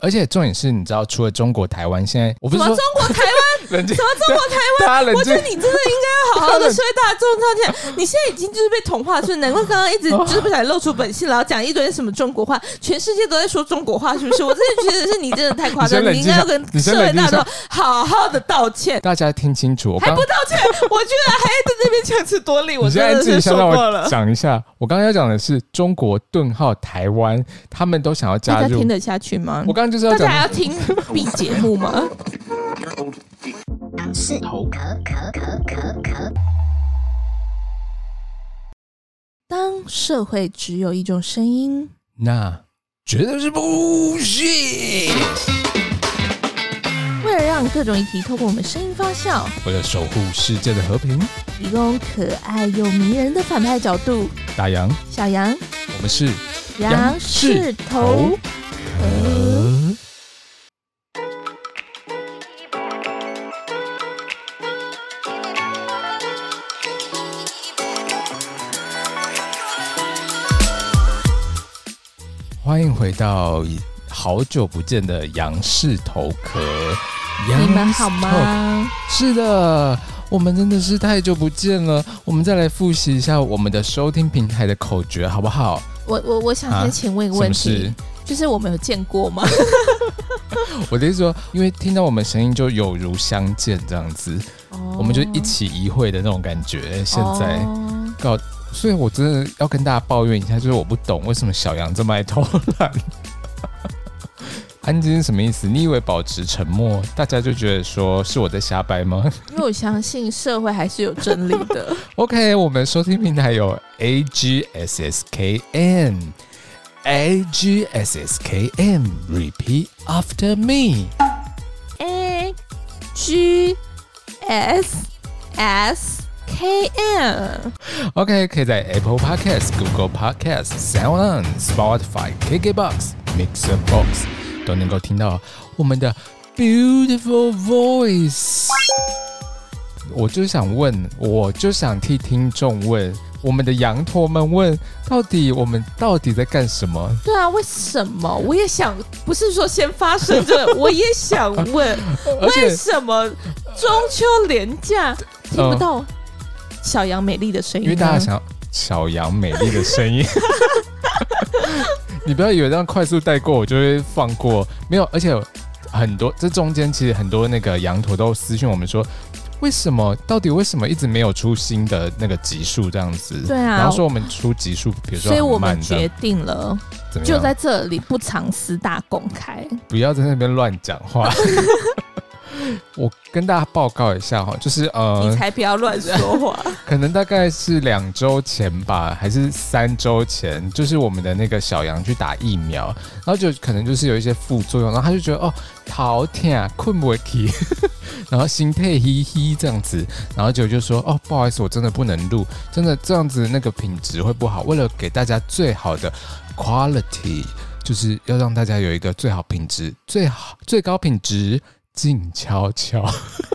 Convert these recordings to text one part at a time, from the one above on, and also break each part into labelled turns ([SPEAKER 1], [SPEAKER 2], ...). [SPEAKER 1] 而且重点是，你知道，除了中国台湾，现在我不
[SPEAKER 2] 什
[SPEAKER 1] 是说
[SPEAKER 2] 么中国台湾，
[SPEAKER 1] 冷静
[SPEAKER 2] 什，么中国台湾。
[SPEAKER 1] 大家冷
[SPEAKER 2] 我
[SPEAKER 1] 静
[SPEAKER 2] 觉得，你真的应该要好好的吹大众道 歉。你现在已经就是被同化，所以难怪刚刚一直
[SPEAKER 1] 哦
[SPEAKER 2] 就是不想露出本性，然后讲一堆什么中国话，全世界都在说中国话，是不是？我真的觉得是你真的太夸张，
[SPEAKER 1] 你先冷
[SPEAKER 2] 你
[SPEAKER 1] 静
[SPEAKER 2] 应该要
[SPEAKER 1] 一下
[SPEAKER 2] 跟
[SPEAKER 1] 你先
[SPEAKER 2] 社会
[SPEAKER 1] 冷静
[SPEAKER 2] 大
[SPEAKER 1] 一下
[SPEAKER 2] 众好好的道歉。
[SPEAKER 1] 大家听清楚，我
[SPEAKER 2] 还
[SPEAKER 1] 刚
[SPEAKER 2] 不道歉，我居然还在这边强词夺理，我
[SPEAKER 1] 你现
[SPEAKER 2] 真
[SPEAKER 1] 在
[SPEAKER 2] 的
[SPEAKER 1] 自己
[SPEAKER 2] 是
[SPEAKER 1] 先
[SPEAKER 2] 受
[SPEAKER 1] 让
[SPEAKER 2] 够
[SPEAKER 1] 我
[SPEAKER 2] 了。
[SPEAKER 1] 讲一下，我刚刚要讲的是中国顿号台湾，他们都想要加
[SPEAKER 2] 大家
[SPEAKER 1] 入
[SPEAKER 2] 听。得下去吗
[SPEAKER 1] 我？刚刚就是要
[SPEAKER 2] 大家
[SPEAKER 1] 讲
[SPEAKER 2] 还要听 B 节目吗？当社会只有一种声音，
[SPEAKER 1] 那绝对是不行。
[SPEAKER 2] 为了让各种议题透过我们声音发酵，
[SPEAKER 1] 为了守护世界的和平，
[SPEAKER 2] 提供可爱又迷人的反派角度，
[SPEAKER 1] 大洋，
[SPEAKER 2] 小杨
[SPEAKER 1] 我们是
[SPEAKER 2] 杨氏头。
[SPEAKER 1] 呃，欢迎回到好久不见的杨氏头壳，
[SPEAKER 2] 你们
[SPEAKER 1] 杨
[SPEAKER 2] 好
[SPEAKER 1] 头壳
[SPEAKER 2] 吗？
[SPEAKER 1] 是的，我们真的是太久不见了。我们再来复习一下我们的收听平台的口诀，好不好？
[SPEAKER 2] 我我我想
[SPEAKER 1] 啊
[SPEAKER 2] 先请问一个
[SPEAKER 1] 什
[SPEAKER 2] 问
[SPEAKER 1] 么
[SPEAKER 2] 题
[SPEAKER 1] 事，？
[SPEAKER 2] 就是我们有见过吗？
[SPEAKER 1] 我的意思说，因为听到我们声音就有如相见这样子，我们就一
[SPEAKER 2] 哦
[SPEAKER 1] 起一会的那种感觉。现在，
[SPEAKER 2] 哦
[SPEAKER 1] 所以我真的要跟大家抱怨一下，就是我不懂为什么小杨这么爱偷懒。 安静是什么意思？你以为保持沉默，大家就觉得说是我在瞎掰吗？
[SPEAKER 2] 因为我相信社会还是有真理 的。
[SPEAKER 1] OK，我们收听平台有 A G S S K M A G S S K M Repeat after me。
[SPEAKER 2] A G S S K M，
[SPEAKER 1] OK，可以在 Apple Podcast、Google Podcast、Sound On、Spotify、KKBox、Mixer Box 都能够听到我们的 beautiful voice。我就想问，我就想替听众问，我们的羊驼们问，到底我们到底在干什么？
[SPEAKER 2] 对啊，为什么？我也想，不是说先发生这个，我也想问，
[SPEAKER 1] 而且呃
[SPEAKER 2] 为什么中秋连假听不到小羊美丽的声音
[SPEAKER 1] 因为
[SPEAKER 2] 呢？
[SPEAKER 1] 大家想要小羊美丽的声音。你不要以为这样快速带过，我就会放过。没有，而且很多这中间其实很多那个羊驼都私讯我们说，为什么到底为什么一直没有出新的那个集数这样子？
[SPEAKER 2] 对啊
[SPEAKER 1] 然后说我们出集数，比如说
[SPEAKER 2] 所以我
[SPEAKER 1] 很
[SPEAKER 2] 们
[SPEAKER 1] 慢这
[SPEAKER 2] 决
[SPEAKER 1] 样，啊
[SPEAKER 2] 定了，
[SPEAKER 1] 怎么
[SPEAKER 2] 就
[SPEAKER 1] 样？
[SPEAKER 2] 在这里不藏私大公开。
[SPEAKER 1] 不要在那边乱讲 话。我跟大家报告一下哈，就是呃，
[SPEAKER 2] 你才不要乱说话。
[SPEAKER 1] 可能大概是两周前吧，还是三周前，就是我们的那个小杨去打疫苗，然后就可能就是有一些副作用，然后他就觉得哦，好天啊，困不起， 然后心态嘿嘿这样子，然后结果就说哦，不好意思，我真的不能录，真的这样子那个品质会不好。为了给大家最好的 quality，就是要让大家有一个最好品质、最好最高品质，静悄悄，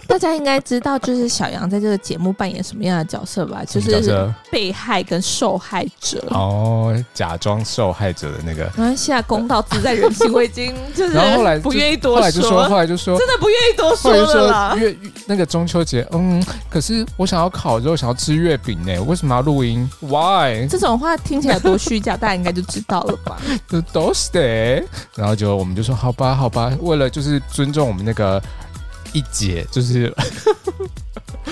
[SPEAKER 2] 大家应该知道，就是小杨在这个节目扮演什么样的角色吧？就
[SPEAKER 1] 什么角
[SPEAKER 2] 是
[SPEAKER 1] 色
[SPEAKER 2] 被害跟受害者。
[SPEAKER 1] 哦，假装受害者的那个。
[SPEAKER 2] 没关系啊，公道自在人心，我已经就是
[SPEAKER 1] 然后后来就
[SPEAKER 2] 不愿意多
[SPEAKER 1] 后来就说，后来就说，
[SPEAKER 2] 真的不愿意多
[SPEAKER 1] 后
[SPEAKER 2] 说
[SPEAKER 1] 来就
[SPEAKER 2] 了
[SPEAKER 1] 说
[SPEAKER 2] 啦。
[SPEAKER 1] 月那个中秋节，嗯，可是我想要烤肉，想要吃月饼呢，为什么要录音？Why？
[SPEAKER 2] 这种话听起来多虚假，大家应该就知道了吧？
[SPEAKER 1] 这都是的。然后就我们就说好吧，好吧，为了就是尊重我们那个一姐，就是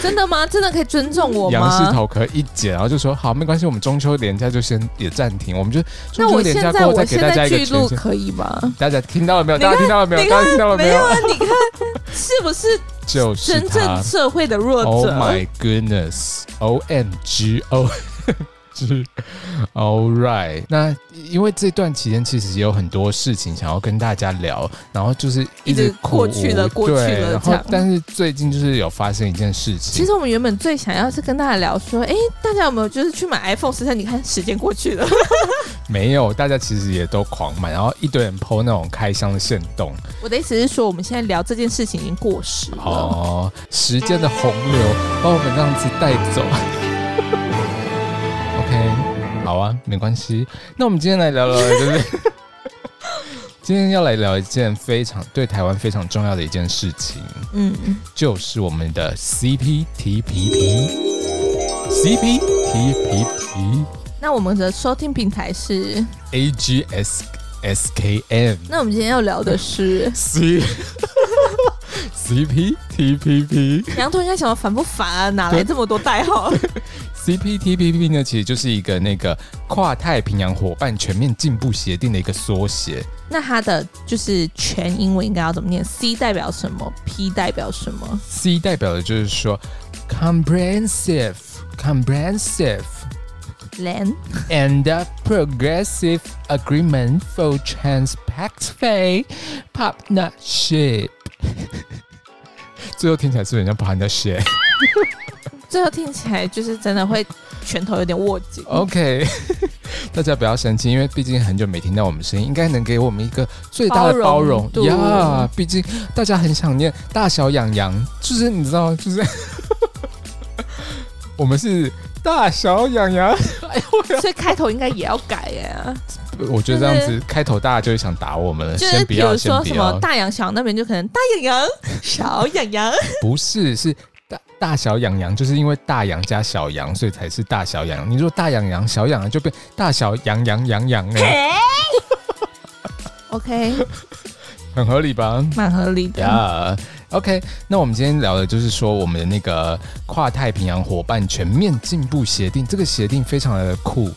[SPEAKER 2] 真的吗？真的可以尊重我
[SPEAKER 1] 杨氏
[SPEAKER 2] 吗？
[SPEAKER 1] 头壳一姐，然后就说好，没关系，我们中秋连假就先也暂停，我们就
[SPEAKER 2] 那
[SPEAKER 1] 中秋
[SPEAKER 2] 我
[SPEAKER 1] 连
[SPEAKER 2] 现
[SPEAKER 1] 假过
[SPEAKER 2] 在
[SPEAKER 1] 后再
[SPEAKER 2] 我
[SPEAKER 1] 给
[SPEAKER 2] 现
[SPEAKER 1] 大家
[SPEAKER 2] 在
[SPEAKER 1] 一个
[SPEAKER 2] 去
[SPEAKER 1] 权
[SPEAKER 2] 录
[SPEAKER 1] 限。
[SPEAKER 2] 可以吗？
[SPEAKER 1] 大家听到了没有？
[SPEAKER 2] 你看
[SPEAKER 1] 大家听到了没有？
[SPEAKER 2] 你看
[SPEAKER 1] 大家听到了没
[SPEAKER 2] 没
[SPEAKER 1] 有
[SPEAKER 2] 有？啊，你看是不是
[SPEAKER 1] 就是
[SPEAKER 2] 真
[SPEAKER 1] 他
[SPEAKER 2] 正社会的弱
[SPEAKER 1] Oh
[SPEAKER 2] 者？
[SPEAKER 1] my goodness! O M G O G. All right. 那因为这段期间其实也有很多事情想要跟大家聊，然后就是
[SPEAKER 2] 一直
[SPEAKER 1] 直苦
[SPEAKER 2] 过去了过去了
[SPEAKER 1] 对然
[SPEAKER 2] 这
[SPEAKER 1] 后
[SPEAKER 2] 样
[SPEAKER 1] 但是最近就是有发生一件事
[SPEAKER 2] 其
[SPEAKER 1] 情，
[SPEAKER 2] 实我们原本最想要是跟大家聊说，哎，大家有没有就是去买 iPhone 十三？你看时间过去了，
[SPEAKER 1] 没有大家其实也都狂买，然后一堆人 PO 那种开箱的限动
[SPEAKER 2] 我的意思是说，我们现在聊这件事情已经过时了。
[SPEAKER 1] 哦，时间的洪流把我们这样子带走。OK，好啊，没关系。那我们今天来聊聊，对不对？今天要来聊一件非常对台湾非常重要的一件事情，
[SPEAKER 2] 嗯，
[SPEAKER 1] 就是我们的 CPTPP。CPTPP
[SPEAKER 2] 那我们的收听平台是，
[SPEAKER 1] AGS SKM
[SPEAKER 2] 那我们今天要聊的是
[SPEAKER 1] C CPTPP。
[SPEAKER 2] 杨突然间想到烦不烦啊？哪来这么多代号？
[SPEAKER 1] CPTPP 呢，其实就是一个那个跨太平洋伙伴全面进步协定的一个缩写。
[SPEAKER 2] 那它的就是全英文应该要怎么念？C 代表什么？P 代表什么？
[SPEAKER 1] C 代表的就是说 comprehensive、comprehensive
[SPEAKER 2] land
[SPEAKER 1] and a progressive agreement for transpacific partnership。最后听起来是不是很像 partnership？
[SPEAKER 2] 最后听起来就是真的会拳头有点握紧。
[SPEAKER 1] OK，大家不要生气，因为毕竟很久没听到我们声音，应该能给我们一个最大的包
[SPEAKER 2] 包
[SPEAKER 1] 容
[SPEAKER 2] 容度
[SPEAKER 1] 呀。毕竟大家很想念大小痒痒，就是你知道，就是 我们是大小痒痒，
[SPEAKER 2] 所以开头应该也要改啊呀、
[SPEAKER 1] 我觉得这样子开头大家就会想打我们了。
[SPEAKER 2] 就是
[SPEAKER 1] 先不
[SPEAKER 2] 比如
[SPEAKER 1] 要，先
[SPEAKER 2] 说
[SPEAKER 1] 不
[SPEAKER 2] 什么
[SPEAKER 1] 要，
[SPEAKER 2] 大洋小那边就可能大洋洋、 小洋洋，
[SPEAKER 1] 不是是。大大小痒痒，就是因为大羊加小羊，所以才是大小羊。你如果大羊羊、小羊羊，就变大小欸羊羊羊羊了，
[SPEAKER 2] 嘿 OK，
[SPEAKER 1] 很合理吧？
[SPEAKER 2] 蛮合理的。
[SPEAKER 1] 呀、yeah.，OK，那我们今天聊的就是说我们的那个跨太平洋伙伴全面进步协定，这个协定非常的酷，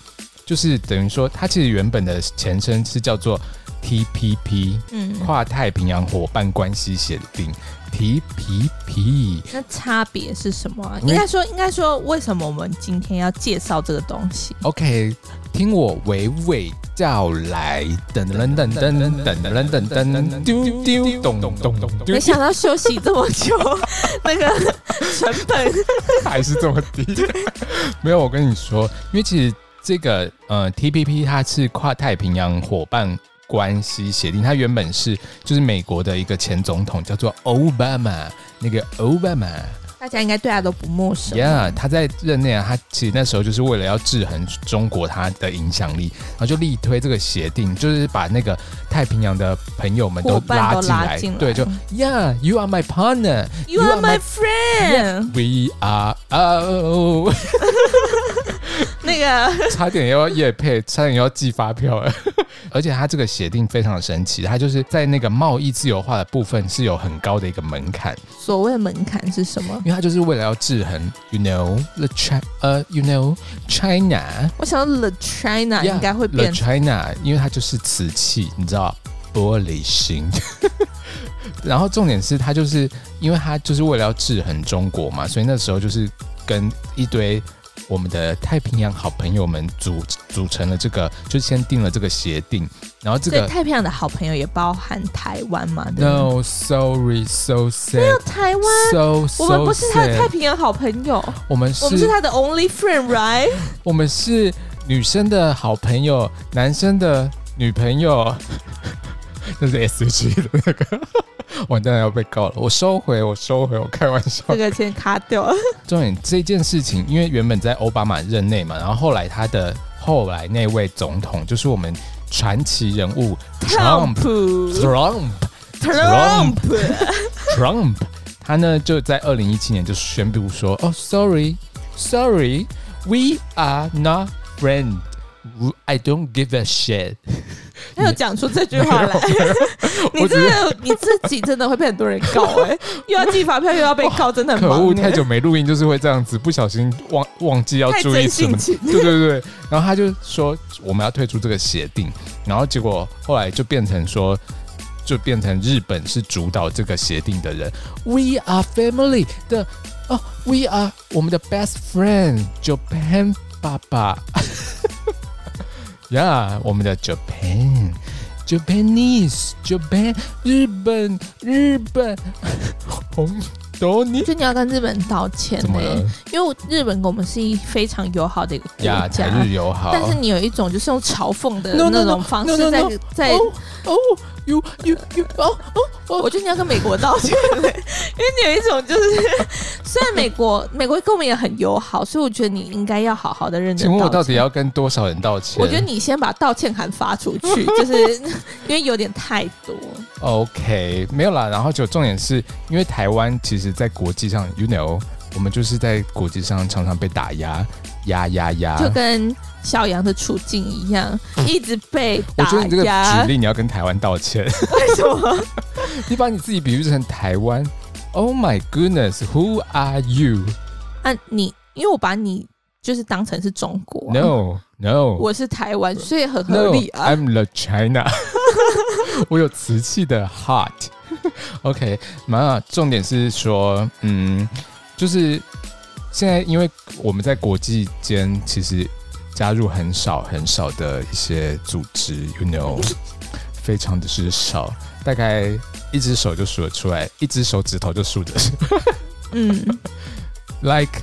[SPEAKER 1] 就是等于说它其实原本的前身是叫做 TPP，
[SPEAKER 2] 嗯，
[SPEAKER 1] 跨太平洋伙伴关系协定 TPP。
[SPEAKER 2] 那差别是什么啊、
[SPEAKER 1] 因为
[SPEAKER 2] 应该说，应该说，为什么我们今天要介绍这个东西？
[SPEAKER 1] OK，听我娓娓道来，噔噔噔噔噔噔噔噔噔，丢丢咚咚咚
[SPEAKER 2] 没
[SPEAKER 1] 咚，
[SPEAKER 2] 想到休息这么 久，那个成本
[SPEAKER 1] 还是这么低。 没有，我跟你说，因为其实这个呃 TPP 它是跨太平洋伙伴关系协定，它原本是就是美国的一个前总统叫做奥巴马，那个奥巴马
[SPEAKER 2] 大家应该对他都不陌生。
[SPEAKER 1] ，Yeah，他在任内啊，他其实那时候就是为了要制衡中国它的影响力，然后就力推这个协定，就是把那个太平洋的朋友们都
[SPEAKER 2] 伙伴
[SPEAKER 1] 拉
[SPEAKER 2] 都
[SPEAKER 1] 进
[SPEAKER 2] 拉
[SPEAKER 1] 来，
[SPEAKER 2] 进来
[SPEAKER 1] 对，就 Yeah，you are my partner。
[SPEAKER 2] You are my friend，
[SPEAKER 1] We are oh，
[SPEAKER 2] 那个
[SPEAKER 1] 差点要夜配，差点要寄发票 了。而且它这个协定非常神奇，它就是在那个贸易自由化的部分是有很高的一个门槛，
[SPEAKER 2] 所谓门槛是什么？
[SPEAKER 1] 因为它就是为了要制衡，you know the China，呃、y o u know China，
[SPEAKER 2] 我想到 The China
[SPEAKER 1] Yeah，
[SPEAKER 2] 应该会
[SPEAKER 1] the
[SPEAKER 2] 变
[SPEAKER 1] China，因为它就是瓷器，你知道，玻璃心。 然后重点是，它就是因为它就是为了要制衡中国嘛，所以那时候就是跟一堆我们的太平洋好朋友们组组成了这个，就先定了这个协定。然后这
[SPEAKER 2] 所以
[SPEAKER 1] 个
[SPEAKER 2] 太平洋的好朋友也包含台湾嘛？对不对
[SPEAKER 1] No sorry so sad
[SPEAKER 2] 台湾，
[SPEAKER 1] so so
[SPEAKER 2] 我们不是他的太
[SPEAKER 1] sad，
[SPEAKER 2] 平洋好朋友，
[SPEAKER 1] 我们是
[SPEAKER 2] 我们是他的 only friend，right？
[SPEAKER 1] 我们是女生的好朋友，男生的女朋友， 那是 S G 的那个， 完蛋了要被告了。我收回，我收回，我开玩笑。
[SPEAKER 2] 这个先卡掉了。
[SPEAKER 1] 重点这件事情，因为原本在奥巴马任内嘛，然后后来他的后来那位总统就是我们传奇人物 Trump Trump Trump
[SPEAKER 2] Trump，Trump，
[SPEAKER 1] Trump，他呢就在二零一七年就宣布说：“哦，sorry，sorry，we are not friend。” I don't give a shit。
[SPEAKER 2] 他有讲出这句话来， 你这个你自己真的会被很多人告哎、 又要寄发票又要被告，真的很
[SPEAKER 1] 可
[SPEAKER 2] 忙
[SPEAKER 1] 恶，
[SPEAKER 2] 欸
[SPEAKER 1] 太久没录音就是会这样子，不小心忘忘记要
[SPEAKER 2] 太
[SPEAKER 1] 注意
[SPEAKER 2] 真
[SPEAKER 1] 什
[SPEAKER 2] 性
[SPEAKER 1] 么。
[SPEAKER 2] 情，
[SPEAKER 1] 对对对，然后他就说我们要退出这个协定，然后结果后来就变成说，就变成日本是主导这个协定的人，We are family 的哦，We are 我们的 best friend Japan 爸爸 ，Yeah，我们的 Japan。Japanese, Japan，日本，日本， 红豆泥
[SPEAKER 2] 就你要跟日本道歉
[SPEAKER 1] 怎
[SPEAKER 2] 呢、
[SPEAKER 1] 么了？
[SPEAKER 2] 因为日本跟我们是一非常友好的一个国
[SPEAKER 1] 呀，
[SPEAKER 2] 家
[SPEAKER 1] 台。日友好。
[SPEAKER 2] 但是你有一种就是用嘲讽的
[SPEAKER 1] No, no, no,
[SPEAKER 2] 那种方
[SPEAKER 1] no, no,
[SPEAKER 2] 式在
[SPEAKER 1] no.
[SPEAKER 2] 在
[SPEAKER 1] 哦哦呦呦呦哦哦哦，
[SPEAKER 2] 我觉得你要跟美国道歉嘞，因为你有一种就是， 虽然美国美国跟我们也很友好，所以我觉得你应该要好好的认真。
[SPEAKER 1] 请问我到底？要跟多少人道歉？
[SPEAKER 2] 我觉得你先把道歉函发出 去，就是因为有点太多。
[SPEAKER 1] OK 没有啦。然后就重点是因为台湾其实，在国际上，you know，我们就是在国际上常常被打压，压压压。
[SPEAKER 2] 就跟小杨的处境一样，一直被
[SPEAKER 1] 嗯我
[SPEAKER 2] 打
[SPEAKER 1] 觉得你这个
[SPEAKER 2] 压
[SPEAKER 1] 举。例，你要跟台湾道歉。
[SPEAKER 2] 为什么？
[SPEAKER 1] 你把你自己比喻成台湾，Oh my goodness，Who are
[SPEAKER 2] 啊，你因为我把你就是当成是中国啊、
[SPEAKER 1] you？No，No，No，I'm
[SPEAKER 2] 我是台湾，所以很合理啊。
[SPEAKER 1] the China 。 我有瓷器的 heart。OK，那重点是说，嗯，就是现在因为我们在国际间其实加入很少很少的一些组织，you know，非常的之少，大概一只手就数得出来，一只手指头就数得出
[SPEAKER 2] 嗯，
[SPEAKER 1] like，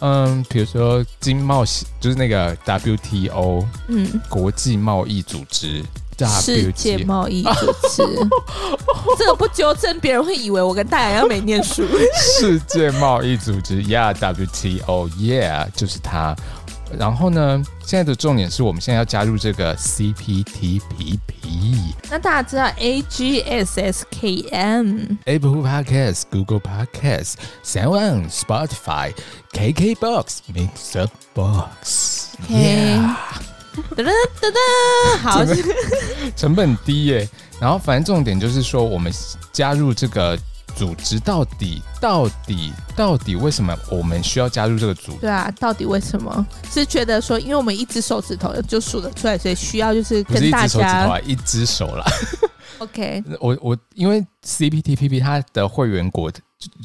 [SPEAKER 1] 嗯，比如说经贸协，就是那个 WTO
[SPEAKER 2] 嗯，
[SPEAKER 1] 国际贸易组织
[SPEAKER 2] 世界
[SPEAKER 1] WTO
[SPEAKER 2] 贸易组织， 这个不纠正，别人会以为我跟大洋没念书。
[SPEAKER 1] 世界贸易组织 Yeah，WTO Yeah 就是它。然后呢，现在的重点是我们现在要加入这个 CPTPP。
[SPEAKER 2] 那大家知道 A G S S K M，
[SPEAKER 1] Apple Podcasts、Google Podcasts、SoundOn、Spotify、KKBox、Mixer Box。
[SPEAKER 2] OK
[SPEAKER 1] Yeah。
[SPEAKER 2] 噔噔噔噔， 好，
[SPEAKER 1] 真成本低耶、然后反正重点就是说，我们加入这个组织到底到底到底为什么我们需要加入这个组织？
[SPEAKER 2] 对啊，到底为什么？是觉得说，因为我们一只手指头就数得出来，所以需要就是
[SPEAKER 1] 不是
[SPEAKER 2] 跟
[SPEAKER 1] 一只
[SPEAKER 2] 大
[SPEAKER 1] 手指头
[SPEAKER 2] 家
[SPEAKER 1] 啊，一只手啦。
[SPEAKER 2] OK
[SPEAKER 1] 我我因为 CPTPP 它的会员国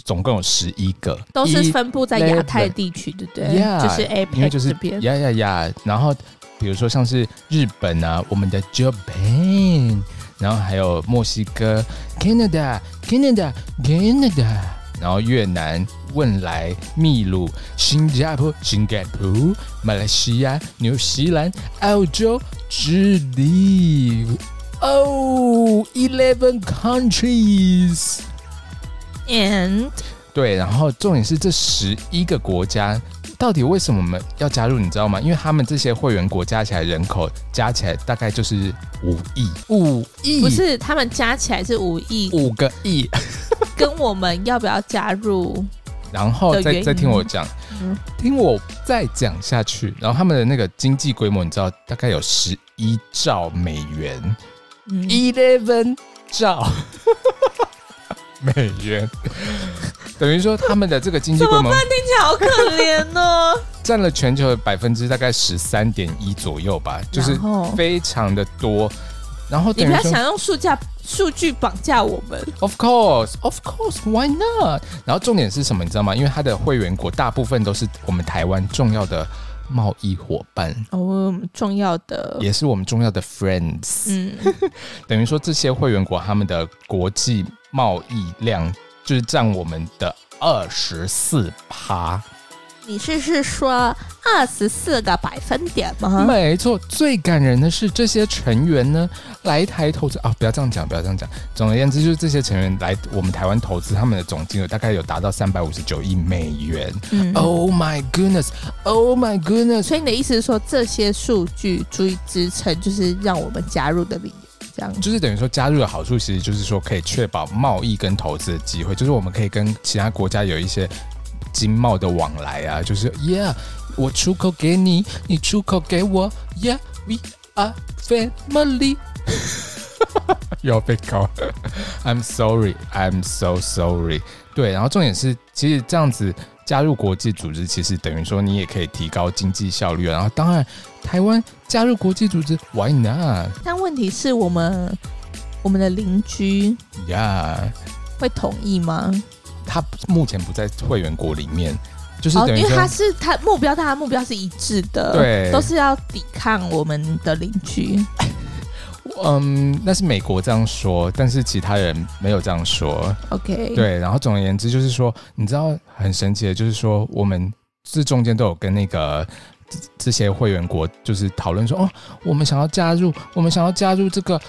[SPEAKER 1] 总共有十一个，
[SPEAKER 2] 都是
[SPEAKER 1] 一
[SPEAKER 2] 分布在亚太地区，对不对
[SPEAKER 1] Yeah，
[SPEAKER 2] 就是
[SPEAKER 1] 因为就
[SPEAKER 2] APEC
[SPEAKER 1] 是
[SPEAKER 2] 这边。
[SPEAKER 1] 呀呀呀，然后比如说像是日本啊，我们的 Japan，然后还有墨西哥 Canada Canada Canada，然后越南、汶莱、秘鲁、新加坡、新加坡、马来西亚、纽西兰、澳洲、智利。哦、e l e v e n countries。
[SPEAKER 2] And
[SPEAKER 1] 对，然后重点是这十一个国家到底为什么我们要加入？你知道吗？因为他们这些会员国加起来人口加起来大概就是五亿，五亿
[SPEAKER 2] 不是他们加起来是五亿，
[SPEAKER 1] 五个亿。
[SPEAKER 2] 跟我们要不要加入？
[SPEAKER 1] 然后
[SPEAKER 2] 的
[SPEAKER 1] 再
[SPEAKER 2] 原因
[SPEAKER 1] 再听我讲
[SPEAKER 2] 嗯，
[SPEAKER 1] 听我再讲下去。然后他们的那个经济规模，你知道大概有十一兆美元
[SPEAKER 2] 嗯，
[SPEAKER 1] ，eleven 兆 美元，等于说他们的这个经济
[SPEAKER 2] 怎
[SPEAKER 1] 规
[SPEAKER 2] 么
[SPEAKER 1] 模
[SPEAKER 2] 办？听起来好可怜哦。
[SPEAKER 1] 占了全球的百分之大概十三点一左右吧，就是
[SPEAKER 2] 然后
[SPEAKER 1] 非常的多。然后
[SPEAKER 2] 你
[SPEAKER 1] 等
[SPEAKER 2] 不
[SPEAKER 1] 于
[SPEAKER 2] 要
[SPEAKER 1] 说
[SPEAKER 2] 想用数价数据绑架我们。
[SPEAKER 1] ，of course, of course, why not？然后重点是什么，你知道吗？因为它的会员国大部分都是我们台湾重要的贸易伙伴，
[SPEAKER 2] 哦，我们重要的，
[SPEAKER 1] 也是我们重要的 friends。
[SPEAKER 2] 嗯，
[SPEAKER 1] 等于说这些会员国他们的国际贸易量就是占我们的二十四趴。
[SPEAKER 2] 你是是说二十四个百分点吗？
[SPEAKER 1] 没错，最感人的是这些成员呢来台投资啊，不要这样讲，不要这样讲。总而言之，就是这些成员来我们台湾投资，他们的总金额大概有达到三百五十九亿美元。
[SPEAKER 2] 嗯
[SPEAKER 1] Oh my goodness! Oh my goodness!
[SPEAKER 2] 所以你的意思是说，这些数据足以支撑，就是让我们加入的理由，这样
[SPEAKER 1] 就是等于说加入的好处，其实就是说可以确保贸易跟投资的机会，就是我们可以跟其他国家有一些经贸的往来啊，就是 Yeah，我出口给你，你出口给我，Yeah，we are family 又要被告。I'm sorry, I'm so sorry。对，然后重点是，其实这样子加入国际组织，其实等于说你也可以提高经济效率啊。然后当然，台湾加入国际组织，Why not？
[SPEAKER 2] 但问题是我们我们的邻居
[SPEAKER 1] 呀、
[SPEAKER 2] 会同意吗？
[SPEAKER 1] yeah,，他目前不在会员国里面，就是
[SPEAKER 2] 哦，
[SPEAKER 1] 等于
[SPEAKER 2] 因为
[SPEAKER 1] 说，
[SPEAKER 2] 他是他目标，大家目标是一致的，
[SPEAKER 1] 对
[SPEAKER 2] 都是要抵抗我们的邻居。
[SPEAKER 1] 嗯，那是美国这样说，但是其他人没有这样说。
[SPEAKER 2] OK，，
[SPEAKER 1] 对，然后总而言之就是说，你知道很神奇的，就是说我们这中间都有跟那个这这些会员国就是讨论说，哦，我们想要加入，我们想要加入这个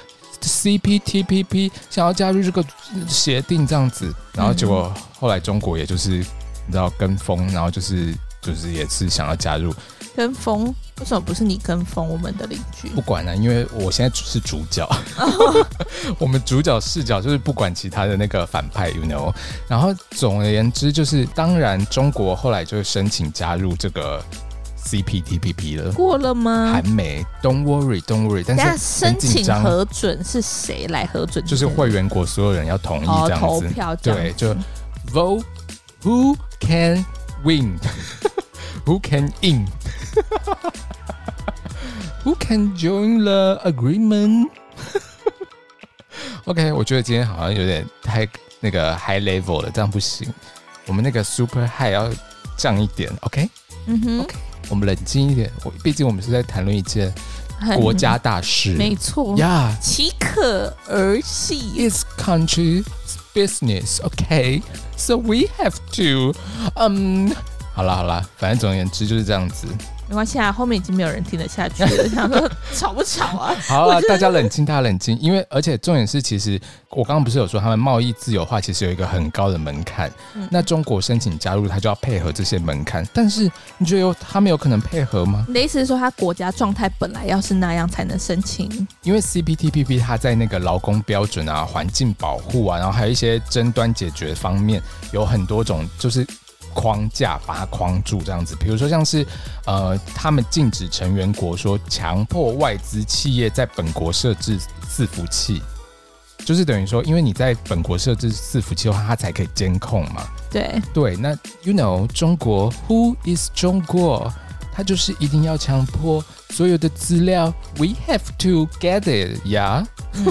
[SPEAKER 1] CPTPP 想要加入这个协定这样子，然后结果
[SPEAKER 2] 嗯
[SPEAKER 1] 后来中国也就是你知道跟风，然后就是就是也是想要加入，
[SPEAKER 2] 跟风，为什么不是你跟风我们的邻居
[SPEAKER 1] 不？管了、啊因为我现在只是主角， 我们主角视角就是不管其他的那个反派，you know。然后总而言之，就是当然中国后来就申请加入这个 CPTPP 了，
[SPEAKER 2] 过了吗
[SPEAKER 1] 还？没。Don't worry, don't worry，
[SPEAKER 2] 等下
[SPEAKER 1] 但是
[SPEAKER 2] 申
[SPEAKER 1] 很紧
[SPEAKER 2] 请
[SPEAKER 1] 张，
[SPEAKER 2] 核准是谁来核准？
[SPEAKER 1] 就是会员国所有人要同意
[SPEAKER 2] 哦
[SPEAKER 1] 这样
[SPEAKER 2] 投
[SPEAKER 1] 子，
[SPEAKER 2] 票这样
[SPEAKER 1] 对，就 vote who can win, who can in, who can join the agreement. OK，我觉得今天好像有点太那个 high level 了，这样不行。我们那个 super high 要降一点，OK？
[SPEAKER 2] 嗯哼
[SPEAKER 1] 我们冷静一点，我毕竟我们是在谈论一件
[SPEAKER 2] 很
[SPEAKER 1] 国家大事。
[SPEAKER 2] 没错，
[SPEAKER 1] 呀、
[SPEAKER 2] 岂可儿戏
[SPEAKER 1] It's country's business, okay? So we have to, 嗯，好啦好啦，反正总而言之就是这样子。
[SPEAKER 2] 没关系啊，后面已经没有人听得下去了，想说吵不吵啊？
[SPEAKER 1] 好啦
[SPEAKER 2] 我觉，得
[SPEAKER 1] 大家冷静，大家冷静，因为而且重点是，其实我刚刚不是有说他们贸易自由化其实有一个很高的门槛，
[SPEAKER 2] 嗯
[SPEAKER 1] 那中国申请加入，他就要配合这些门槛。但是你觉得有他们有可能配合吗？
[SPEAKER 2] 你的意思是说，他国家状态本来要是那样才能申请？
[SPEAKER 1] 因为 CPTPP 它在那个劳工标准啊、环境保护啊，然后还有一些争端解决方面，有很多种就是框架把它框住这样子。比如说像是呃，他们禁止成员国说强迫外资企业在本国设置伺服器，就是等于说，因为你在本国设置伺服器的话，它才可以监控嘛。
[SPEAKER 2] 对，
[SPEAKER 1] 对，那 you know 中国 who is 中国，它就是一定要强迫所有的资料，we have to get it 呀、
[SPEAKER 2] 嗯，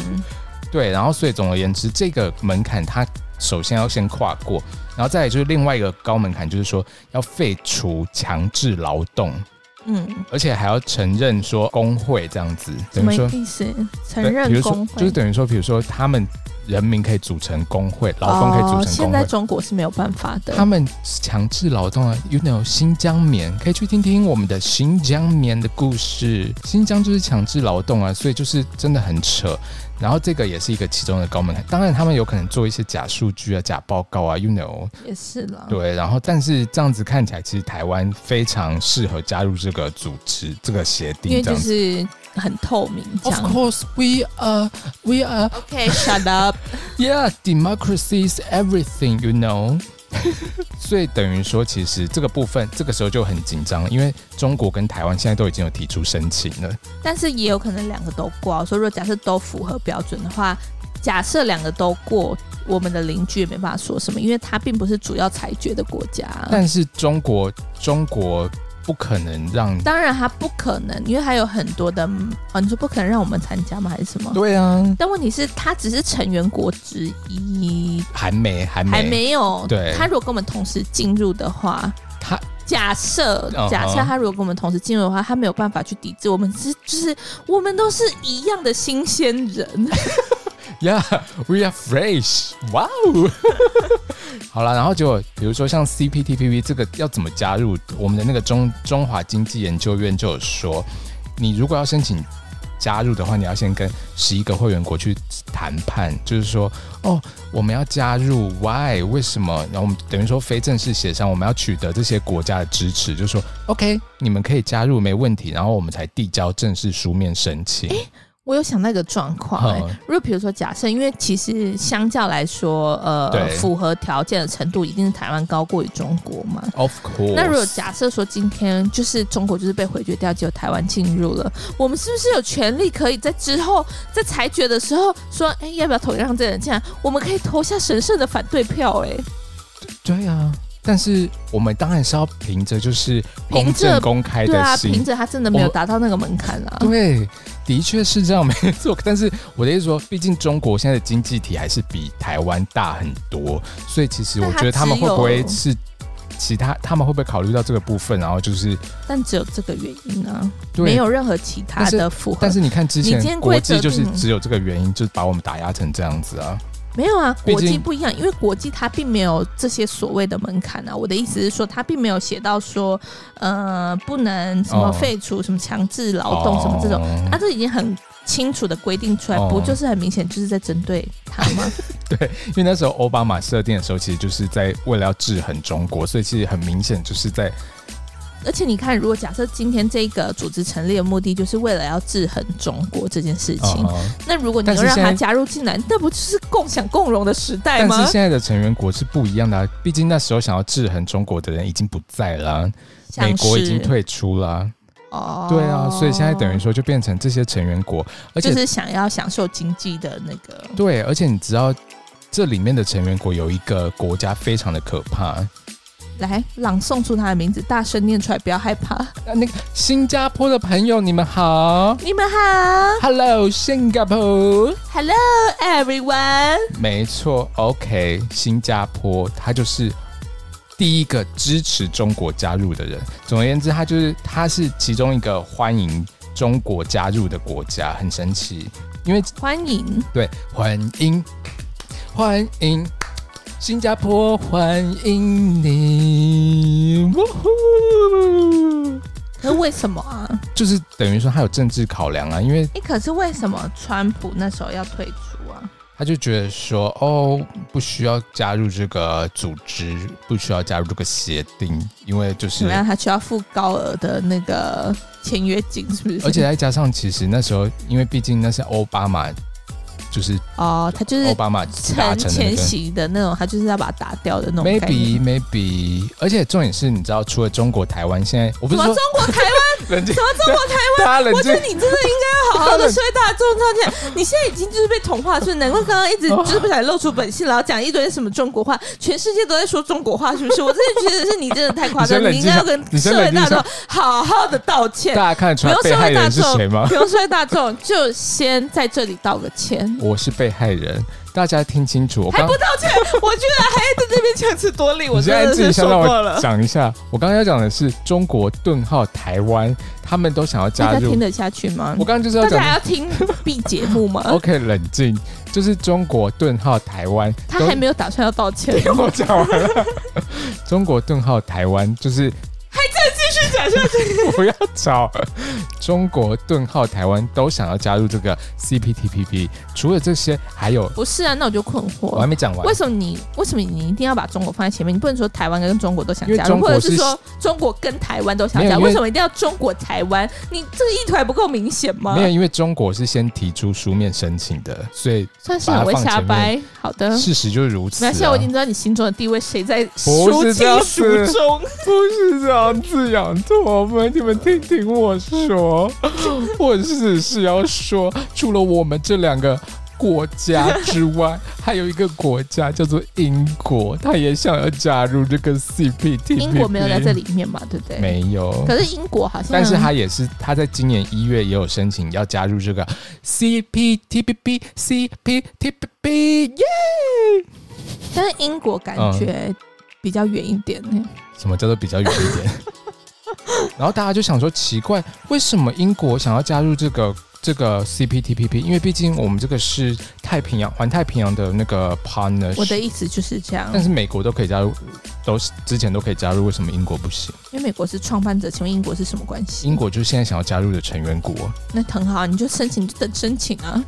[SPEAKER 1] 对，然后所以总而言之，这个门槛它首先要先跨过，然后再来就是另外一个高门槛，就是说要废除强制劳动，
[SPEAKER 2] 嗯，
[SPEAKER 1] 而且还要承认说工会这样子，
[SPEAKER 2] 什
[SPEAKER 1] 等
[SPEAKER 2] 么
[SPEAKER 1] 于说
[SPEAKER 2] 意思？承
[SPEAKER 1] 对比
[SPEAKER 2] 认
[SPEAKER 1] 如说
[SPEAKER 2] 工会
[SPEAKER 1] 就是等于说，比如说他们人民可以组成工会，劳工可以组
[SPEAKER 2] 哦
[SPEAKER 1] 成
[SPEAKER 2] 现
[SPEAKER 1] 工
[SPEAKER 2] 在
[SPEAKER 1] 会。
[SPEAKER 2] 中国是没有办法的
[SPEAKER 1] 他。们强制劳动啊，you know，新疆棉可以去听听我们的新疆棉的故事。新疆就是强制劳动啊，所以就是真的很扯。然后这个也是一个其中的高门槛，当然他们有可能做一些假数据啊、假报告啊，you know，
[SPEAKER 2] 也是啦，
[SPEAKER 1] 对。然后但是这样子看起来，其实台湾非常适合加入这个组织、这个协
[SPEAKER 2] 因为
[SPEAKER 1] 定这
[SPEAKER 2] 就
[SPEAKER 1] 样子。
[SPEAKER 2] 是很透明这
[SPEAKER 1] Of
[SPEAKER 2] 样。
[SPEAKER 1] course, we are, we are,
[SPEAKER 2] OK，shut up。
[SPEAKER 1] yeah, democracy is everything, you know. 所以等于说，其实这个部分这个时候就很紧张，因为中国跟台湾现在都已经有提出申请了。
[SPEAKER 2] 但是也有可能两个都过、啊。所以如果假设都符合标准的话，假设两个都过，我们的邻居也没办法说什么，因为它并不是主要裁决的国家。
[SPEAKER 1] 但是中国，中国不可能让。
[SPEAKER 2] 当然，它不可能，因为还有很多的啊，你说不可能让我们参加吗？还是什么？
[SPEAKER 1] 对啊，
[SPEAKER 2] 但问题是，它只是成员国之一，
[SPEAKER 1] 还没，还没，
[SPEAKER 2] 还没有。
[SPEAKER 1] 对
[SPEAKER 2] 它如果跟我们同时进入的话，
[SPEAKER 1] 他
[SPEAKER 2] 假设
[SPEAKER 1] 嗯哼
[SPEAKER 2] 假设他如果跟我们同时进入的话，他没有办法去抵制我们，是就是我们都是一样的新鲜人。
[SPEAKER 1] ，Yeah，we are fresh，哇哦！ 好啦，然后结果比如说像 CPTPP 这个要怎么加入，我们的那个中中华经济研究院就有说，你如果要申请加入的话，你要先跟十一个会员国去谈判，就是说，哦，我们要加入，why？为什么？然后我们等于说非正式协商，我们要取得这些国家的支持，就说 OK，你们可以加入，没问题，然后我们才递交正式书面申请。
[SPEAKER 2] 我有想到一个状况、欸，
[SPEAKER 1] 嗯
[SPEAKER 2] 如果比如说假设，因为其实相较来说，呃
[SPEAKER 1] 对，
[SPEAKER 2] 符合条件的程度一定是台湾高过于中国嘛。
[SPEAKER 1] Of course，
[SPEAKER 2] 那如果假设说今天就是中国就是被回绝掉，只有台湾进入了，我们是不是有权利可以在之后在裁决的时候说，哎、要不要投让这人进来？我们可以投下神圣的反对票、欸，哎，
[SPEAKER 1] 对啊，但是我们当然是要凭着就是公
[SPEAKER 2] 凭着
[SPEAKER 1] 正公开
[SPEAKER 2] 对
[SPEAKER 1] 的
[SPEAKER 2] 啊，
[SPEAKER 1] 心
[SPEAKER 2] 凭，着他真的没
[SPEAKER 1] 我
[SPEAKER 2] 有
[SPEAKER 1] 们
[SPEAKER 2] 达到那个门槛啊。
[SPEAKER 1] 对，的确是这样，没错。但是我的意思说，毕竟中国现在的经济体还是比台湾大很多，所以其实我觉得他们会不会是其他，他们会不会考虑到这个部分，然后就是
[SPEAKER 2] 但只有这个原因啊，
[SPEAKER 1] 对
[SPEAKER 2] 没有任何其他
[SPEAKER 1] 但是
[SPEAKER 2] 的符合。
[SPEAKER 1] 但是你看之
[SPEAKER 2] 你今
[SPEAKER 1] 前
[SPEAKER 2] 天嗯
[SPEAKER 1] 国
[SPEAKER 2] 规
[SPEAKER 1] 际
[SPEAKER 2] 则
[SPEAKER 1] 就是
[SPEAKER 2] 定
[SPEAKER 1] 只有这个原因，就把我们打压成这样子啊。
[SPEAKER 2] 没有啊，
[SPEAKER 1] 毕
[SPEAKER 2] 国际
[SPEAKER 1] 竟
[SPEAKER 2] 不一样，因为国际它并没有这些所谓的门槛啊。我的意思是说，它并没有写到说，呃，不能什么
[SPEAKER 1] 哦
[SPEAKER 2] 废除、什么强制劳动、什么这种，
[SPEAKER 1] 种
[SPEAKER 2] 啊，这已经很清楚的规定出来，
[SPEAKER 1] 哦
[SPEAKER 2] 不就是很明显就是在针对他 吗？
[SPEAKER 1] 因为那时候奥巴马设定的时候，其实就是在为了要制衡中国，所以其实很明显就是在
[SPEAKER 2] 而且你看，如果假设今天这个组织成立的目的就是为了要制衡中国这件事情，
[SPEAKER 1] 呃
[SPEAKER 2] 那如果你
[SPEAKER 1] 但是
[SPEAKER 2] 又让
[SPEAKER 1] 现
[SPEAKER 2] 他
[SPEAKER 1] 在
[SPEAKER 2] 加入进来，那不就是共享共荣的时代
[SPEAKER 1] 但
[SPEAKER 2] 吗
[SPEAKER 1] 是？现在的成员国是不一样的、啊，毕竟那时候想要制衡中国的人已经不在了啊、
[SPEAKER 2] 像
[SPEAKER 1] 美国已经
[SPEAKER 2] 是
[SPEAKER 1] 退出了啊、
[SPEAKER 2] 哦，
[SPEAKER 1] 对啊，所以现在等于说就变成这些成员国，而且、
[SPEAKER 2] 就是想要享受经济的那个，
[SPEAKER 1] 对，而且你知道这里面的成员国有一个国家非常的可怕，啊
[SPEAKER 2] 来朗诵出他的名字，大声念出来，不要害怕。
[SPEAKER 1] 啊那个新加坡的朋友你们好
[SPEAKER 2] 你们好
[SPEAKER 1] ，Hello 新加坡，
[SPEAKER 2] ，Hello everyone，
[SPEAKER 1] 没错，OK，新加坡它就是。第一个支持中国加入的人，总而言之，他就是他是其中一个欢迎中国加入的国家，很神奇。因为
[SPEAKER 2] 欢迎。
[SPEAKER 1] 对，欢迎，欢迎，新加坡欢迎你！ 呜呼，
[SPEAKER 2] 可为什么啊？
[SPEAKER 1] 就是等于说他有政治考量啊，因为
[SPEAKER 2] 哎、可是为什么川普那时候要退出啊？
[SPEAKER 1] 他就觉得说，哦，不需要加入这个组织，不需要加入这个协定，因为就
[SPEAKER 2] 怎
[SPEAKER 1] 是
[SPEAKER 2] 么，样？他需要付高额的那个签约金，是不是？
[SPEAKER 1] 而且再加上，其实那时候，因为毕竟那是奥巴马，就是
[SPEAKER 2] 哦，他就是
[SPEAKER 1] 奥巴马达成
[SPEAKER 2] 趁
[SPEAKER 1] 的那个。
[SPEAKER 2] 前席的那种，他就是要把它打掉的那种概
[SPEAKER 1] maybe
[SPEAKER 2] 念。
[SPEAKER 1] maybe，而且重点是，你知道，除了中国台湾，现在我不
[SPEAKER 2] 什
[SPEAKER 1] 是
[SPEAKER 2] 么
[SPEAKER 1] 说
[SPEAKER 2] 中国台湾？
[SPEAKER 1] 冷静
[SPEAKER 2] 什，么中国台湾？
[SPEAKER 1] 大家冷
[SPEAKER 2] 我
[SPEAKER 1] 静
[SPEAKER 2] 觉得。你真的应该要好好的睡大众道歉。你现在已经就是被同化，所以难怪刚刚一直
[SPEAKER 1] 哦
[SPEAKER 2] 就是不想露出本性，然后讲一堆什么中国话，全世界都在说中国话，是不是？我真的觉得是你真的太夸张，
[SPEAKER 1] 你先冷
[SPEAKER 2] 你
[SPEAKER 1] 静
[SPEAKER 2] 应
[SPEAKER 1] 一下
[SPEAKER 2] 该要跟社会大众好好的道歉，
[SPEAKER 1] 大家看得出
[SPEAKER 2] 不
[SPEAKER 1] 来
[SPEAKER 2] 用
[SPEAKER 1] 被
[SPEAKER 2] 社
[SPEAKER 1] 害
[SPEAKER 2] 会大
[SPEAKER 1] 人是谁
[SPEAKER 2] 众，
[SPEAKER 1] 吗
[SPEAKER 2] 不？用社会大众，就先在这里道个歉。
[SPEAKER 1] 我是被害人，大家听清楚。我
[SPEAKER 2] 还
[SPEAKER 1] 刚
[SPEAKER 2] 不道歉，我居然还在这边强 词夺理，我
[SPEAKER 1] 你现
[SPEAKER 2] 真
[SPEAKER 1] 在
[SPEAKER 2] 的
[SPEAKER 1] 自己
[SPEAKER 2] 是
[SPEAKER 1] 先
[SPEAKER 2] 受
[SPEAKER 1] 让
[SPEAKER 2] 够
[SPEAKER 1] 我
[SPEAKER 2] 了。
[SPEAKER 1] 讲一下，我刚刚要讲的是中国顿号台湾，他们都想要加
[SPEAKER 2] 大家
[SPEAKER 1] 入
[SPEAKER 2] 听。得下去吗
[SPEAKER 1] 我？刚刚就是要
[SPEAKER 2] 大家
[SPEAKER 1] 讲
[SPEAKER 2] 还要听 B 节目 吗？
[SPEAKER 1] ，OK，冷静，就是中国顿号台湾，
[SPEAKER 2] 他
[SPEAKER 1] 都
[SPEAKER 2] 还没有打算要道歉，
[SPEAKER 1] 听 我讲完了。中国顿号台湾就是
[SPEAKER 2] 继续讲下去。
[SPEAKER 1] 不要吵。中国顿号台湾都想要加入这个 CPTPP，除了这些，还有
[SPEAKER 2] 不是啊，那我就困惑
[SPEAKER 1] 我还
[SPEAKER 2] 了。
[SPEAKER 1] 没讲完
[SPEAKER 2] 为。什么你为什么你一定要把中国放在前面？你不能说台湾跟中国都想
[SPEAKER 1] 因为
[SPEAKER 2] 加
[SPEAKER 1] 中
[SPEAKER 2] 入，
[SPEAKER 1] 国
[SPEAKER 2] 或者是
[SPEAKER 1] 是
[SPEAKER 2] 说中国跟台湾都想
[SPEAKER 1] 没
[SPEAKER 2] 加
[SPEAKER 1] 有
[SPEAKER 2] 入？
[SPEAKER 1] 因为
[SPEAKER 2] 为什么一定要中国台湾？你这个意图还不够明显吗
[SPEAKER 1] 没？有，因为中国是先提出书面申请的，所以
[SPEAKER 2] 算是很会瞎掰。好的，
[SPEAKER 1] 事实就是如此、
[SPEAKER 2] 嗯没
[SPEAKER 1] 啊。
[SPEAKER 2] 关系，我已经知道你心中的地位，谁在
[SPEAKER 1] 不
[SPEAKER 2] 孰
[SPEAKER 1] 是这啊
[SPEAKER 2] 轻
[SPEAKER 1] 样
[SPEAKER 2] 孰
[SPEAKER 1] 子
[SPEAKER 2] 重？
[SPEAKER 1] 不是这样子养我们，你们听听我 说，我只是要说，除了我们这两个。国家之外，还有一个国家叫做英国，他也想要加入这个 CPTPP。
[SPEAKER 2] 英国没有在这，里面嘛，对不对？。
[SPEAKER 1] 没有。
[SPEAKER 2] 可是英国好像，
[SPEAKER 1] 但是他也是，他在今年一月也有申请要加入这个 CPTPP，CPTPP，耶！
[SPEAKER 2] 但是英国感觉比较远一点呢。
[SPEAKER 1] 什么叫做比较远一点？ 然后大家就想说，奇怪，为什么英国想要加入这个这个 CPTPP？因为毕竟我们这个是太平洋环太平洋的那个 partner，
[SPEAKER 2] 我的意思就是这样
[SPEAKER 1] 但，是美国都可以加入，都是之前都可以加入，为什么英国不行？
[SPEAKER 2] 因为美国是创办者，请问英国是什么关系？
[SPEAKER 1] 英国就是现在想要加入的成员国。
[SPEAKER 2] 那很好，啊你就申请就等申请啊。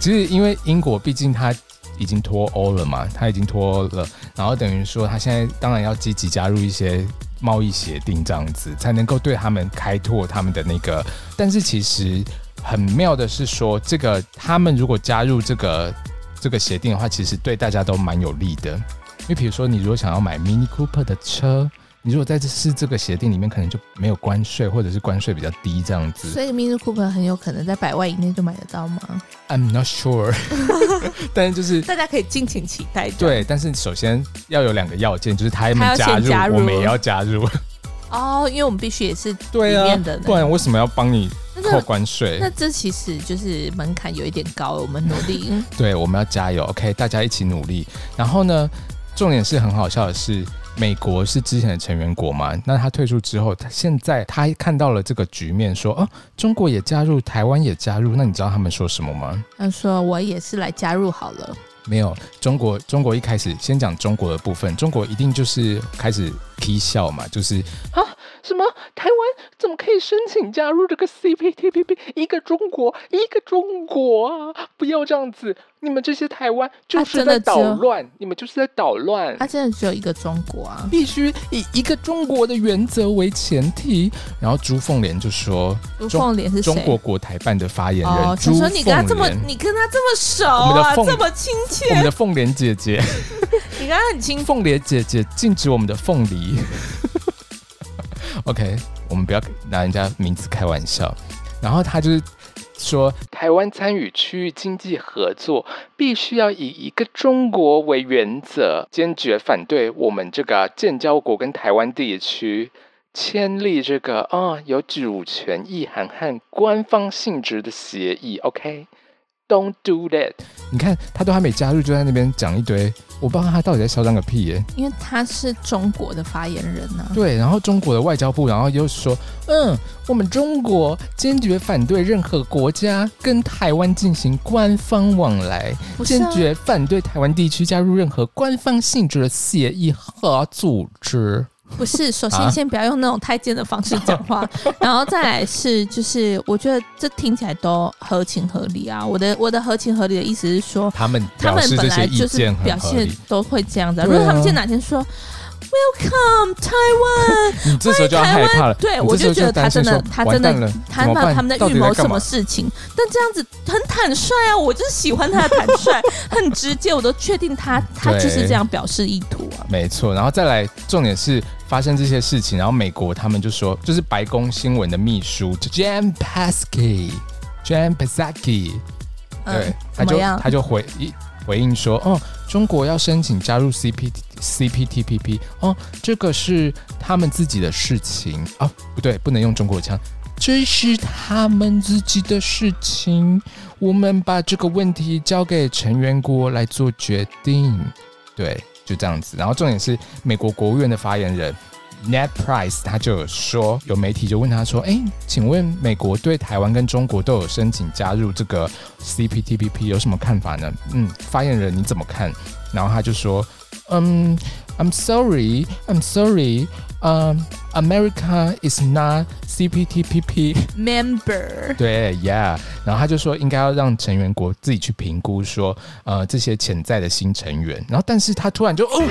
[SPEAKER 1] 其实因为英国毕竟它已经脱欧了嘛，它已经脱欧了，然后等于说它现在当然要积极加入一些贸易协定这样子，才能够对他们开拓他们的那个。但是其实很妙的是说，这个他们如果加入这个这个协定的话，其实对大家都蛮有利的。因为比如说，你如果想要买 Mini Cooper 的车，你如果在这是这个协定里面，可能就没有关税，或者是关税比较低这样子。
[SPEAKER 2] 所以 Mini Cooper 很有可能在百万以内就买得到吗？
[SPEAKER 1] I'm not sure，但是就是
[SPEAKER 2] 大家可以敬请期待。
[SPEAKER 1] 对，但是首先要有两个要件，就是他们
[SPEAKER 2] 他
[SPEAKER 1] 加
[SPEAKER 2] 要先
[SPEAKER 1] 入，
[SPEAKER 2] 加入
[SPEAKER 1] 我们也要加入。
[SPEAKER 2] 哦，因为我们必须也是
[SPEAKER 1] 对
[SPEAKER 2] 里
[SPEAKER 1] 啊
[SPEAKER 2] 面的，
[SPEAKER 1] 不然为什么要帮你
[SPEAKER 2] 那
[SPEAKER 1] 扣
[SPEAKER 2] 这
[SPEAKER 1] 关税
[SPEAKER 2] 那？这其实就是门槛有一点高，我们努力。嗯
[SPEAKER 1] 对，我们要加油，OK，大家一起努力。然后呢，重点是很好笑的是，美国是之前的成员国嘛，那他退出之后，他现在他看到了这个局面，说哦，中国也加入，台湾也加入，那你知道他们说什么吗？
[SPEAKER 2] 他说我也是来加入好了，
[SPEAKER 1] 没有，中国中国一开始先讲中国的部分，中国一定就是开始踢笑嘛，就是啊，
[SPEAKER 3] 什么台湾怎么可以申请加入这个 CPTPP？一个中国，一个中国啊！不要这样子，你们这些台湾就
[SPEAKER 2] 啊
[SPEAKER 3] 是
[SPEAKER 2] 真
[SPEAKER 3] 在
[SPEAKER 2] 的只
[SPEAKER 3] 捣
[SPEAKER 2] 有啊
[SPEAKER 3] 乱，你们就是在捣乱。
[SPEAKER 2] 它真的只有一个中国啊！
[SPEAKER 1] 必须以一个中国的原则为前提。然后朱凤莲就说
[SPEAKER 2] 朱：“
[SPEAKER 1] 中
[SPEAKER 2] 凤莲是谁？
[SPEAKER 1] 中国国台办的发言人
[SPEAKER 2] 哦，
[SPEAKER 1] 朱
[SPEAKER 2] 想说你跟他这么
[SPEAKER 1] 凤莲，
[SPEAKER 2] 你跟他这么熟
[SPEAKER 1] 我们的
[SPEAKER 2] 啊，
[SPEAKER 1] 凤
[SPEAKER 2] 这么亲切
[SPEAKER 1] 我，们的凤莲姐姐，
[SPEAKER 2] 你跟他很亲。
[SPEAKER 1] 凤莲姐姐禁止我们的凤 梨。OK，我们不要拿人家名字开玩笑。然后他就是说，
[SPEAKER 3] 台湾参与区域经济合作，必须要以一个中国为原则，坚决反对我们这个建交国跟台湾地区签立这个啊、有主权意涵和官方性质的协议。OK，Don't、do that。
[SPEAKER 1] 你看他都还没加入，就在那边讲一堆，我不知道他到底在嚣张个屁耶、
[SPEAKER 2] 因为他是中国的发言人啊呐、
[SPEAKER 1] 对，然后中国的外交部，然后又说，嗯，我们中国坚决反对任何国家跟台湾进行官方往来，
[SPEAKER 2] 不是
[SPEAKER 1] 坚
[SPEAKER 2] 啊
[SPEAKER 1] 决反对台湾地区加入任何官方性质的协议和组织。
[SPEAKER 2] 不是，首
[SPEAKER 1] 啊
[SPEAKER 2] 先先不要用那种太监的方式讲 话，然后再来是，就是我觉得这听起来都合情合理啊。我的我的合情合理的意思是说，
[SPEAKER 1] 他们
[SPEAKER 2] 他
[SPEAKER 1] 表
[SPEAKER 2] 们
[SPEAKER 1] 示这
[SPEAKER 2] 本
[SPEAKER 1] 些
[SPEAKER 2] 来
[SPEAKER 1] 意
[SPEAKER 2] 就是
[SPEAKER 1] 见很
[SPEAKER 2] 表
[SPEAKER 1] 合
[SPEAKER 2] 现
[SPEAKER 1] 理，
[SPEAKER 2] 都会这样子、啊。
[SPEAKER 1] 对啊
[SPEAKER 2] 如果他们今天哪天说 Welcome Taiwan，
[SPEAKER 1] 你这时候就要害怕了。
[SPEAKER 2] 对
[SPEAKER 1] 你
[SPEAKER 2] 我
[SPEAKER 1] 这时候
[SPEAKER 2] 就觉得
[SPEAKER 1] 担
[SPEAKER 2] 他
[SPEAKER 1] 心
[SPEAKER 2] 真
[SPEAKER 1] 说
[SPEAKER 2] 的他
[SPEAKER 1] 完
[SPEAKER 2] 真
[SPEAKER 1] 蛋
[SPEAKER 2] 的
[SPEAKER 1] 了
[SPEAKER 2] 他
[SPEAKER 1] 怎么
[SPEAKER 2] 们
[SPEAKER 1] 办
[SPEAKER 2] 他们在
[SPEAKER 1] 到底
[SPEAKER 2] 预谋
[SPEAKER 1] 干
[SPEAKER 2] 什
[SPEAKER 1] 嘛
[SPEAKER 2] 么事情？但这样子很坦率啊，我就是喜欢他的坦率，很直接，我都确定他他就是这样表示意图啊。
[SPEAKER 1] 没错，然后再来，重点是发生这些事情，然后美国他们就说，就是白宫新闻的秘书 Jan Psaki，Jan Psaki，对
[SPEAKER 2] 嗯，，
[SPEAKER 1] 他
[SPEAKER 2] 怎么
[SPEAKER 1] 就
[SPEAKER 2] 样？
[SPEAKER 1] 他就回一回应说，哦，中国要申请加入 CP CPTPP，哦，这个是他们自己的事情，哦，不对，不能用中国腔。这是他们自己的事情，我们把这个问题交给成员国来做决定。对，就这样子。然后重点是，美国国务院的发言人 Ned Price 他就有说，有媒体就问他说：“哎，请问美国对台湾跟中国都有申请加入这个 CPTPP 有什么看法呢？”嗯，发言人你怎么看？然后他就说：“嗯，I'm sorry, I'm sorry, 嗯、a m e r i c a is not CPTPP。”
[SPEAKER 2] member。
[SPEAKER 1] 对，Yeah。然后他就说，应该要让成员国自己去评估说，呃，这些潜在的新成员。然后，但是他突然就哦，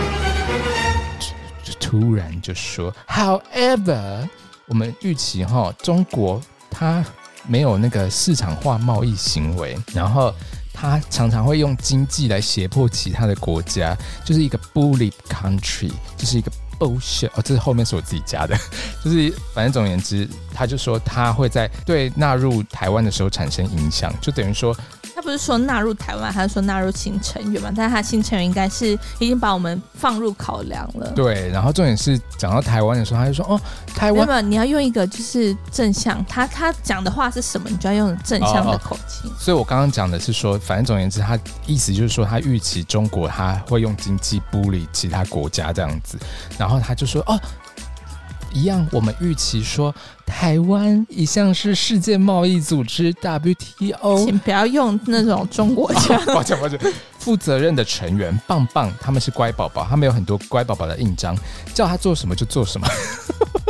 [SPEAKER 1] 就就突然就说，However，我们预期哈，中国它没有那个市场化贸易行为，然后。它常常会用经济来胁迫其他的国家，就是一个 bully country，就是一个 bullshit 哦，这是后面是我自己加的，就是反正总而言之，他就说他会在对纳入台湾的时候产生影响，就等于说
[SPEAKER 2] 他不是说纳入台湾，他是说纳入新成员嘛？但是他新成员应该是已经把我们放入考量了。
[SPEAKER 1] 对。然后重点是讲到台湾的时候，他就说哦，台
[SPEAKER 2] 没有
[SPEAKER 1] 湾
[SPEAKER 2] 没有，你要用一个就是正向，他他讲的话是什么，你就要用正向的口气。
[SPEAKER 1] 所以我刚刚讲的是说，反正总而言之，他意思就是说，他预期中国他会用经济孤立其他国家这样子，然后他就说哦。一样，我们预期说，台湾一向是世界贸易组织 WTO
[SPEAKER 2] 请不要用那种中国腔，
[SPEAKER 1] 抱歉抱歉，啊负责任的成员棒棒，他们是乖宝宝，他们有很多乖宝宝的印章，叫他做什么就做什么。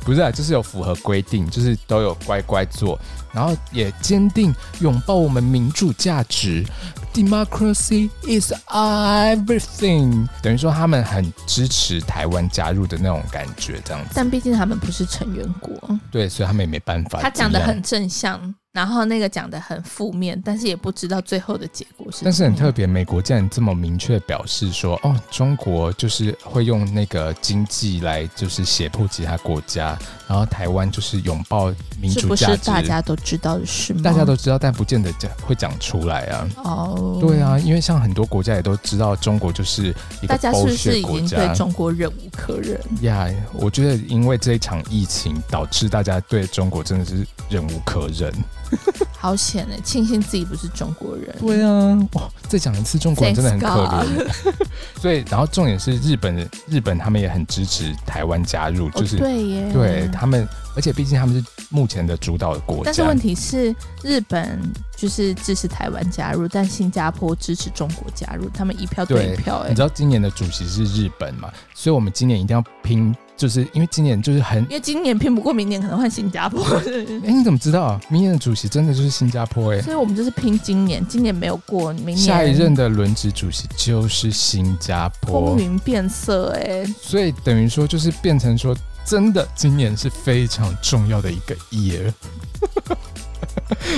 [SPEAKER 1] 不是啊，就是有符合规定，就是都有乖乖做，然后也坚定拥抱我们民主价值，democracy is everything，等于说他们很支持台湾加入的那种感觉，这样子。
[SPEAKER 2] 但毕竟他们不是成员国。
[SPEAKER 1] 对，所以他们也没办法。
[SPEAKER 2] 他讲的
[SPEAKER 1] 怎么样
[SPEAKER 2] 很正向，然后那个讲的很负面，但是也不知道最后的结果是。
[SPEAKER 1] 但是很特，别，美国竟然这么明确表示说，哦，中国就是会用那个经济来就是胁迫其他国家，然后台湾就是拥抱民
[SPEAKER 2] 是
[SPEAKER 1] 主
[SPEAKER 2] 不
[SPEAKER 1] 价
[SPEAKER 2] 是
[SPEAKER 1] 值，
[SPEAKER 2] 大家都知道的事吗？
[SPEAKER 1] 大家都知道，但不见得讲会讲出来啊。
[SPEAKER 2] 哦，
[SPEAKER 1] 对啊，因为像很多国家也都知道中国就是一个
[SPEAKER 2] 大家是不
[SPEAKER 1] bullshit
[SPEAKER 2] 是已
[SPEAKER 1] 国
[SPEAKER 2] 经
[SPEAKER 1] 家
[SPEAKER 2] 对中国忍无可忍？
[SPEAKER 1] 呀我觉得因为这一场疫情导致大家对中国真的是忍无可忍。
[SPEAKER 2] 好险哎、庆幸自己不是中国人。
[SPEAKER 1] 对啊，哇，再讲一次，中国人真的很可
[SPEAKER 2] Thanks
[SPEAKER 1] 怜。 所以，然后重点是日本人，日本他们也很支持台湾加入，就是、
[SPEAKER 2] 哦、对耶，
[SPEAKER 1] 对他们，而且毕竟他们是目前的主导的国家。
[SPEAKER 2] 但是问题是，日本就是支持台湾加入，但新加坡支持中国加入，他们一票对一票、
[SPEAKER 1] 你
[SPEAKER 2] 哎
[SPEAKER 1] 知，道今年的主席是日本嘛？所以我们今年一定要拼就是因为今年就是很
[SPEAKER 2] 因为今年拼不过，明年可能换新加坡，所
[SPEAKER 1] 哎、你怎么知道？明年的主席真的就是新加坡哎、
[SPEAKER 2] 以我们就是拼今年，今年没有过，明年
[SPEAKER 1] 下一任的轮值主席就是新加坡
[SPEAKER 2] 风，云变色哎、
[SPEAKER 1] 所以等于说就是变成说，真的今年是非常重要的一个 year，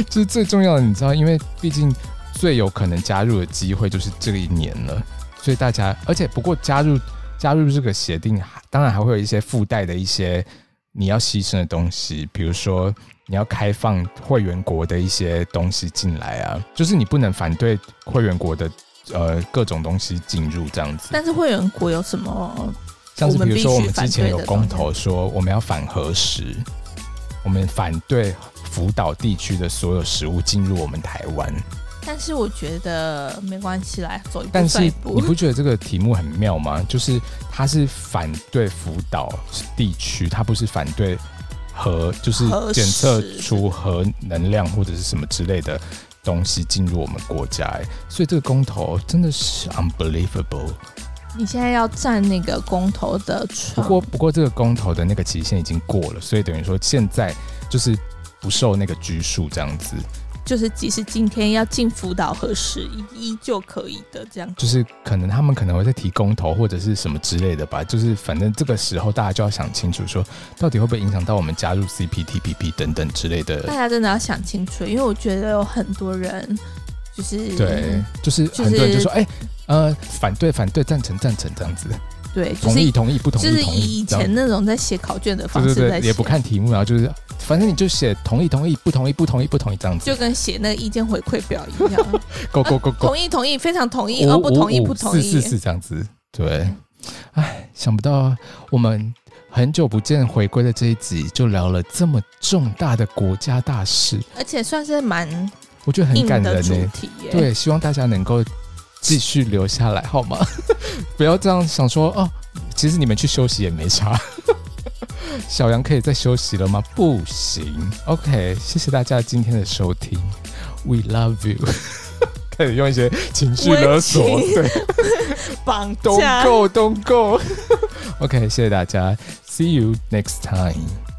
[SPEAKER 1] 就是最重要的，你知道，因为毕竟最有可能加入的机会就是这一年了，所以大家，而且不过加入加入这个协定，当然还会有一些附带的一些你要牺牲的东西，比如说。你要开放会员国的一些东西进来啊，就是你不能反对会员国的呃各种东西进入这样子。
[SPEAKER 2] 但是会员国有什么？
[SPEAKER 1] 像是比如说，我
[SPEAKER 2] 我
[SPEAKER 1] 们
[SPEAKER 2] 们必须
[SPEAKER 1] 之前有公投说我们要反核食，我们反对福岛地区的所有食物进入我们台湾。
[SPEAKER 2] 但是我觉得没关系，来走一步
[SPEAKER 1] 但是
[SPEAKER 2] 算一
[SPEAKER 1] 你
[SPEAKER 2] 步。
[SPEAKER 1] 不觉得这个题目很妙吗？就是它是反对福岛地区，它不是反对核，就是
[SPEAKER 2] 核
[SPEAKER 1] 检测
[SPEAKER 2] 食
[SPEAKER 1] 出核能量或者是什么之类的东西进入我们国家、欸。所以这个公投真的是 unbelievable。
[SPEAKER 2] 你现在要站那个公投的
[SPEAKER 1] 不
[SPEAKER 2] 船，
[SPEAKER 1] 过，不过这个公投的那个期限已经过了，所以等于说现在就是不受那个拘束这样子，
[SPEAKER 2] 就是即使今天要进福岛核实，依旧可以的这样。
[SPEAKER 1] 就是可能他们可能会再提公投或者是什么之类的吧，就是反正这个时候大家就要想清楚说，到底会不会影响到我们加入 CPTPP 等等之类
[SPEAKER 2] 大
[SPEAKER 1] 的。
[SPEAKER 2] 家真的要想清楚，因为我觉得有很多人就是
[SPEAKER 1] 对，就是
[SPEAKER 2] 嗯就是
[SPEAKER 1] 很多人就说，哎、呃，反对，反对，赞成，赞成这样子，
[SPEAKER 2] 对，就
[SPEAKER 1] 同
[SPEAKER 2] 是
[SPEAKER 1] 意，同意，不同
[SPEAKER 2] 就
[SPEAKER 1] 意，
[SPEAKER 2] 是
[SPEAKER 1] 同
[SPEAKER 2] 以
[SPEAKER 1] 意，
[SPEAKER 2] 以
[SPEAKER 1] 这样
[SPEAKER 2] 前那种在写考卷的方
[SPEAKER 1] 对
[SPEAKER 2] 式
[SPEAKER 1] 对
[SPEAKER 2] 在
[SPEAKER 1] 对，
[SPEAKER 2] 写，
[SPEAKER 1] 也不看题目，然后就是，反正你就写同意，同意，不同意，不同意，不同意这样子
[SPEAKER 2] 就跟写那个意见回馈表 一样。
[SPEAKER 1] ，Go Go Go Go。
[SPEAKER 2] 同意同意，非常同意，
[SPEAKER 1] 五
[SPEAKER 2] 哦不同意
[SPEAKER 1] 五五
[SPEAKER 2] 不同意。
[SPEAKER 1] 是是是这样子，对。哎，想不到我们很久不见回归的这一集，就聊了这么重大的国家大事，
[SPEAKER 2] 而且算是蛮
[SPEAKER 1] 我觉得很
[SPEAKER 2] 硬
[SPEAKER 1] 感
[SPEAKER 2] 的
[SPEAKER 1] 人
[SPEAKER 2] 主
[SPEAKER 1] 呢。
[SPEAKER 2] 题耶。
[SPEAKER 1] 对，希望大家能够继续留下来，好吗？ 不要这样想说哦，其实你们去休息也没差。 小杨可以再休息了吗？不行。OK，谢谢大家今天的收听，We love you。开始用一些情绪勒索，
[SPEAKER 2] 温情
[SPEAKER 1] 对。
[SPEAKER 2] 绑
[SPEAKER 1] Don't
[SPEAKER 2] 架
[SPEAKER 1] go, don't go. OK，谢谢大家，See you next time，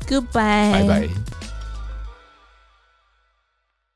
[SPEAKER 2] ，Goodbye，
[SPEAKER 1] 拜拜。